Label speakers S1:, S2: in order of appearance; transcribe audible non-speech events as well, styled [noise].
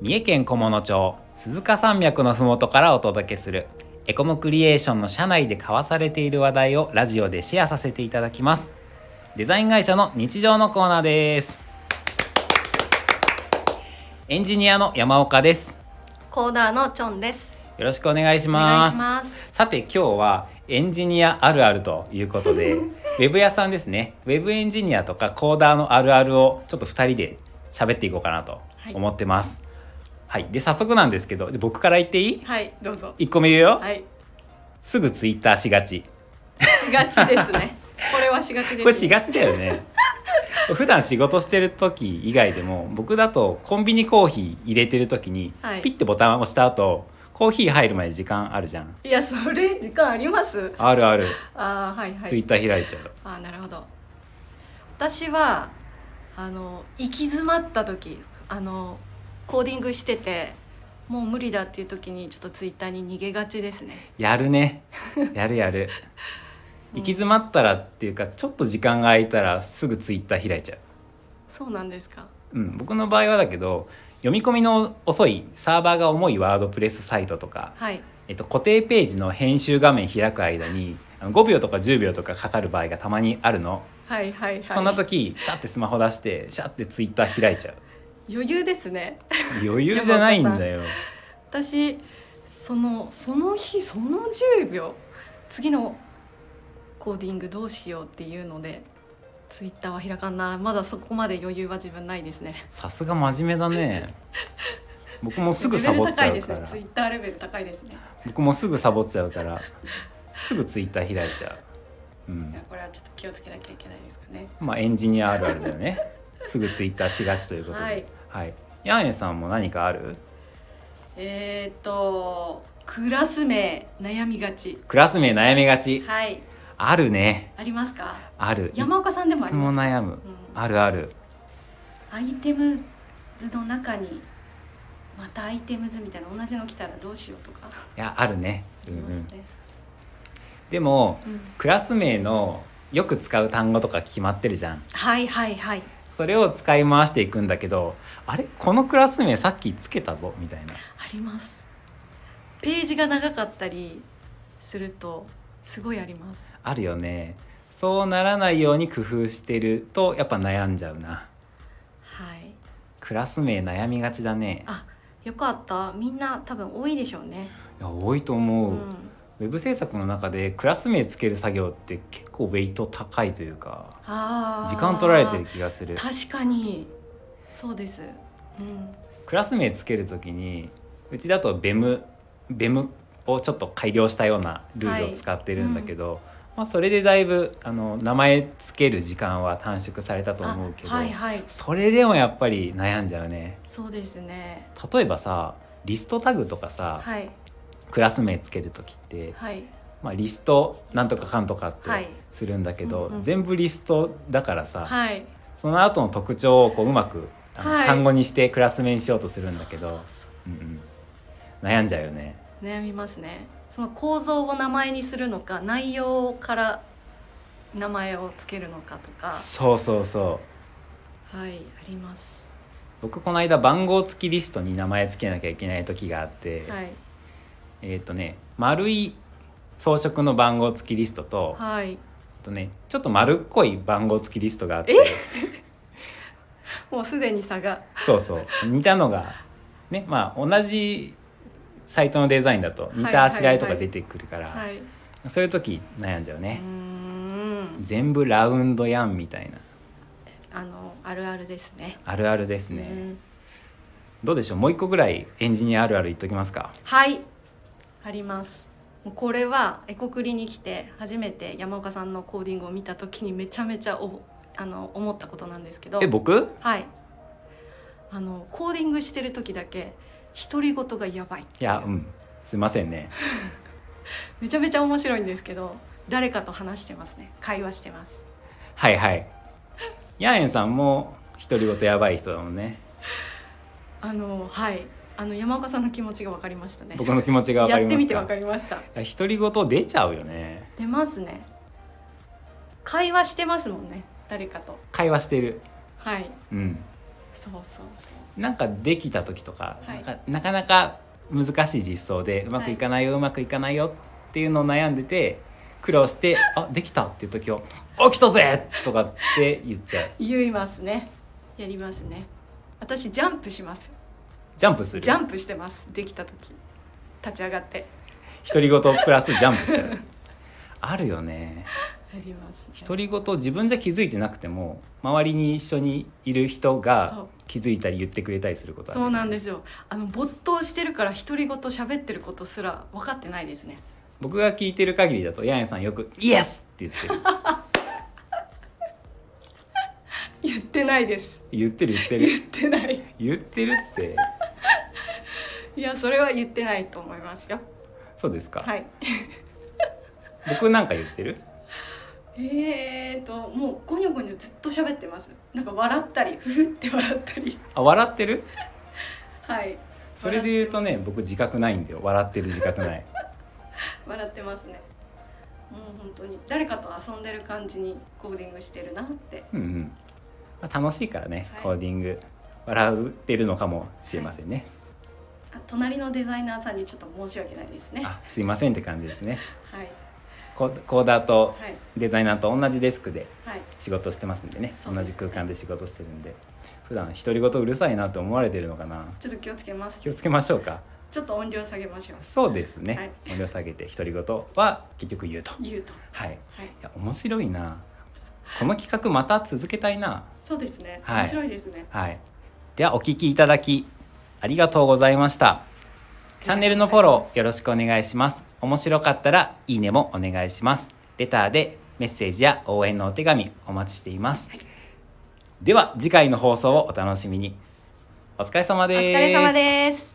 S1: 三重県菰野町鈴鹿山脈のふもとからお届けするエコムクリエーションの社内で交わされている話題をラジオでシェアさせていただきますデザイン会社の日常のコーナーですエンジニアの山岡です
S2: コーダーのチョンです。
S1: よろしくお願いし
S2: お願
S1: ま
S2: い
S1: す
S2: します。
S1: さて今日はエンジニアあるあるということ
S2: [laughs]
S1: でウェブ屋さんですねウェブエンジニアとかコーダーのあるあるをちょっと2人で喋っていこうかなと思ってます、はいで早速なんですけどで僕から言っていい
S2: はい、どうぞ。
S1: 1個目言うよ、
S2: はい、
S1: すぐツイッターしがち
S2: しがちです
S1: [laughs]
S2: ね。これはしがちです、ね。
S1: これしがちだよね
S2: [laughs]
S1: 普段仕事してる時以外でも僕だとコンビニコーヒー入れてる時に、
S2: はい
S1: ピッてボタンを押した後コーヒー入るまで時間あるじゃん
S2: いや、それ時間あります。
S1: あるある、
S2: あー、はいは
S1: ツイッ
S2: い。
S1: ター開いちゃう
S2: あー、なるほど。私は。あの、行き詰まった時、あの、コーディングしてて。もう無理だっていう時に、ちょっとツイッターに逃げがちですね。
S1: やるね
S2: [laughs]
S1: やるやる
S2: うん
S1: 行き詰まったらっていうかちょっと時間が空いたらすぐツイッター開いちゃ
S2: そうなんですか。
S1: う、うん、僕の場合はだけど読み込みの遅いサーバーが重いワードプレスサイトとか、
S2: はい。
S1: えっと、固定ページの編集画面開く間にあの5秒とか10秒とかかかる場合がたまにあるの、
S2: はいはいはい。
S1: そんな時シャッてスマホ出してシャッてツイッター開いちゃう
S2: 余裕ですね。
S1: 余裕じゃないんだ
S2: [laughs]
S1: よ
S2: 私そのその日その10秒次のコーディングどうしようっていうのでツイッターは開かんなまだそこまで余裕は自分ないですね
S1: さすが真面目だね僕もすぐサボっち
S2: レ
S1: ゃ
S2: ベ
S1: う
S2: ル
S1: か
S2: 高いで
S1: ら
S2: すねツイッターレベル高いですね
S1: 僕もすぐサボっちゃうからすぐツイッター開いちゃう、う
S2: い
S1: ん
S2: や、これはちょっと気をつけなきゃいけないですかね
S1: まあエンジニアあるあるだよねすぐツイッターしがちということでは
S2: はいい、
S1: ヤーネさんも何かある
S2: えー、っとクラス名悩みがち
S1: クラス名悩みがち
S2: はい
S1: あるね
S2: ありますか
S1: あるい
S2: 山岡さんでもあ
S1: つ
S2: りま
S1: も
S2: すか、
S1: 悩む
S2: うん
S1: あるある
S2: アイテムズの中にまたアイテムズみたいな同じの来たらどうしようとか
S1: いやあるね、
S2: あ
S1: う
S2: り
S1: んう
S2: ますね
S1: ん、、でも
S2: うん
S1: クラス名のよく使う単語とか決まってるじゃん
S2: はいはいはい
S1: それを使い回していくんだけどあれこのクラス名さっきつけたぞみたいな
S2: ありますページが長かったりするとすごいあります
S1: あるよねそうならないように工夫してるとやっぱ悩んじゃうな
S2: はい
S1: クラス名悩みがちだね
S2: あよかったみんな多分多いでしょうね
S1: いや多いと
S2: う
S1: 思う、ウ
S2: ん
S1: ェブ制作の中でクラス名つける作業って結構ウェイト高いというか
S2: あー
S1: 時間取られてる気がする
S2: 確かにそうですうん
S1: クラス名つける時にうちだとベムベムをちょっと改良したようなルールを使ってるんだけど、まあ、それでだいぶあの名前つける時間は短縮されたと思うけど、
S2: あはいはい
S1: それでもやっぱり悩んじゃうね
S2: そうですね
S1: 例えばさリストタグとかさ、
S2: はい
S1: クラス名つける時って、
S2: はい
S1: まあ、リストなんとかかんとかっ
S2: はい
S1: てするんだけど、
S2: うんうん
S1: 全部リストだからさ、
S2: はい
S1: その後の特徴をこううまくあの
S2: はい
S1: 単語にしてクラス名にしようとするんだけど、
S2: そうそうそう
S1: うんうん、悩んじゃうよね。
S2: 悩みますねその構造を名前にするのか内容から名前をつけるのかとか
S1: そうそうそう
S2: はいあります
S1: 僕この間番号付きリストに名前つけなきゃいけない時があって、
S2: はい
S1: えっ、とね丸い装飾の番号付きリストと,、
S2: はい
S1: とね、ちょっと丸っこい番号付きリストがあって
S2: もうすでに差が
S1: そうそう似たのがねまあ同じサイトのデザインだと似たあしらいとか出てくるから、
S2: はい、
S1: そういう時悩んじゃう
S2: うー
S1: ね、
S2: ん
S1: 全部ラウンドやんみたいな
S2: あのあるあるですね
S1: あるあるです
S2: う
S1: ね、
S2: ん
S1: どうでしょうもう一個ぐらいエンジニアあるある言っときますか
S2: はいありますもうこれはエコクリに来て初めて山岡さんのコーディングを見た時にめちゃめちゃおあの思ったことなんですけど
S1: え僕
S2: はいあのコーディングしてる時だけ独り言がやばいって
S1: いやうんすいませんね
S2: めちゃめちゃ面白いんですけど誰かと話してますね会話してます
S1: はいはいヤーエンさんも独り言やばい人だもんね
S2: あのはいあの山岡さんの気持ちが分かりましたね
S1: 僕の気持ちがわか
S2: や
S1: り
S2: っ
S1: ます
S2: てみて分か
S1: り
S2: りました
S1: 独り言出ちゃうよね
S2: 出ますね会話してますもんね誰かと
S1: 会話してる
S2: はい
S1: うん
S2: そうそうそ
S1: なんかできた時とか,、
S2: はい
S1: なんかなかなか難しい実装でうまくいかないよ、うまくいかないよっていうのを悩んでて苦労
S2: [laughs]
S1: して「あできた!」っていう時を「起きたぜ!」とかって言っちゃう
S2: う言いますねやりますね私ジャンプします
S1: ジャンプする
S2: ジャンプしてますできた時立ち上がって
S1: 独り言プラスジャンプしちゃうあるよね
S2: やります、
S1: 独り言自分じゃ気づいてなくても周りに一緒にいる人
S2: そう
S1: が気づいたり言ってくれたりすることある
S2: そうなんですすよあの没頭してるから独り言喋ってることすら分かってないですね
S1: 僕が聞いてる限りだとヤンヤさんよく「イエス!」って言ってる
S2: 言ってないです
S1: 言ってる言って
S2: 言
S1: る
S2: ってない
S1: 言ってるって
S2: いやそれは言ってないと思いますよ
S1: そうですか、
S2: はい
S1: 僕なんか言ってる
S2: えーともうゴニョゴニョずっと喋ってますなんか笑ったりふふって笑ったり
S1: あ笑ってる
S2: はい
S1: それで言うとね僕自覚ないんだよ笑ってる自覚
S2: [laughs]
S1: ない
S2: 笑ってますねもう本当に誰かと遊んでる感じにコーディングしてるなって
S1: うんうん、まあ、楽しいからね、
S2: はい
S1: コーディング笑ってるのかもしれませんね、
S2: あ隣のデザイナーさんにちょっと申し訳ないですねは
S1: あすいませんって感じですね
S2: い
S1: ココーダーと
S2: はい
S1: デザイナーと同じデスクで
S2: はい
S1: 仕事してますんでね
S2: そう
S1: 同
S2: です
S1: じ空間で仕事してるんで普段独り言うるさいなと思われてるのかな
S2: ちょっと気をつけます
S1: 気をつけましょうか
S2: ちょっと音量下げましょう
S1: そうですね、
S2: はい
S1: 音量下げて独り言は結局言うと
S2: 言うと
S1: はい
S2: はい
S1: いや面白いなこの企画また続けたいな
S2: そうですね、
S1: はい
S2: 面白いですね
S1: はいではお聞きいただきありがとうございましたチャンネルのフォローよろしくお願いします面白かったらいいねもお願いしますレターでメッセージや応援のお手紙お待ちしています、
S2: はい
S1: では次回の放送をお楽しみにお疲れ様
S2: お
S1: です
S2: 疲れ様です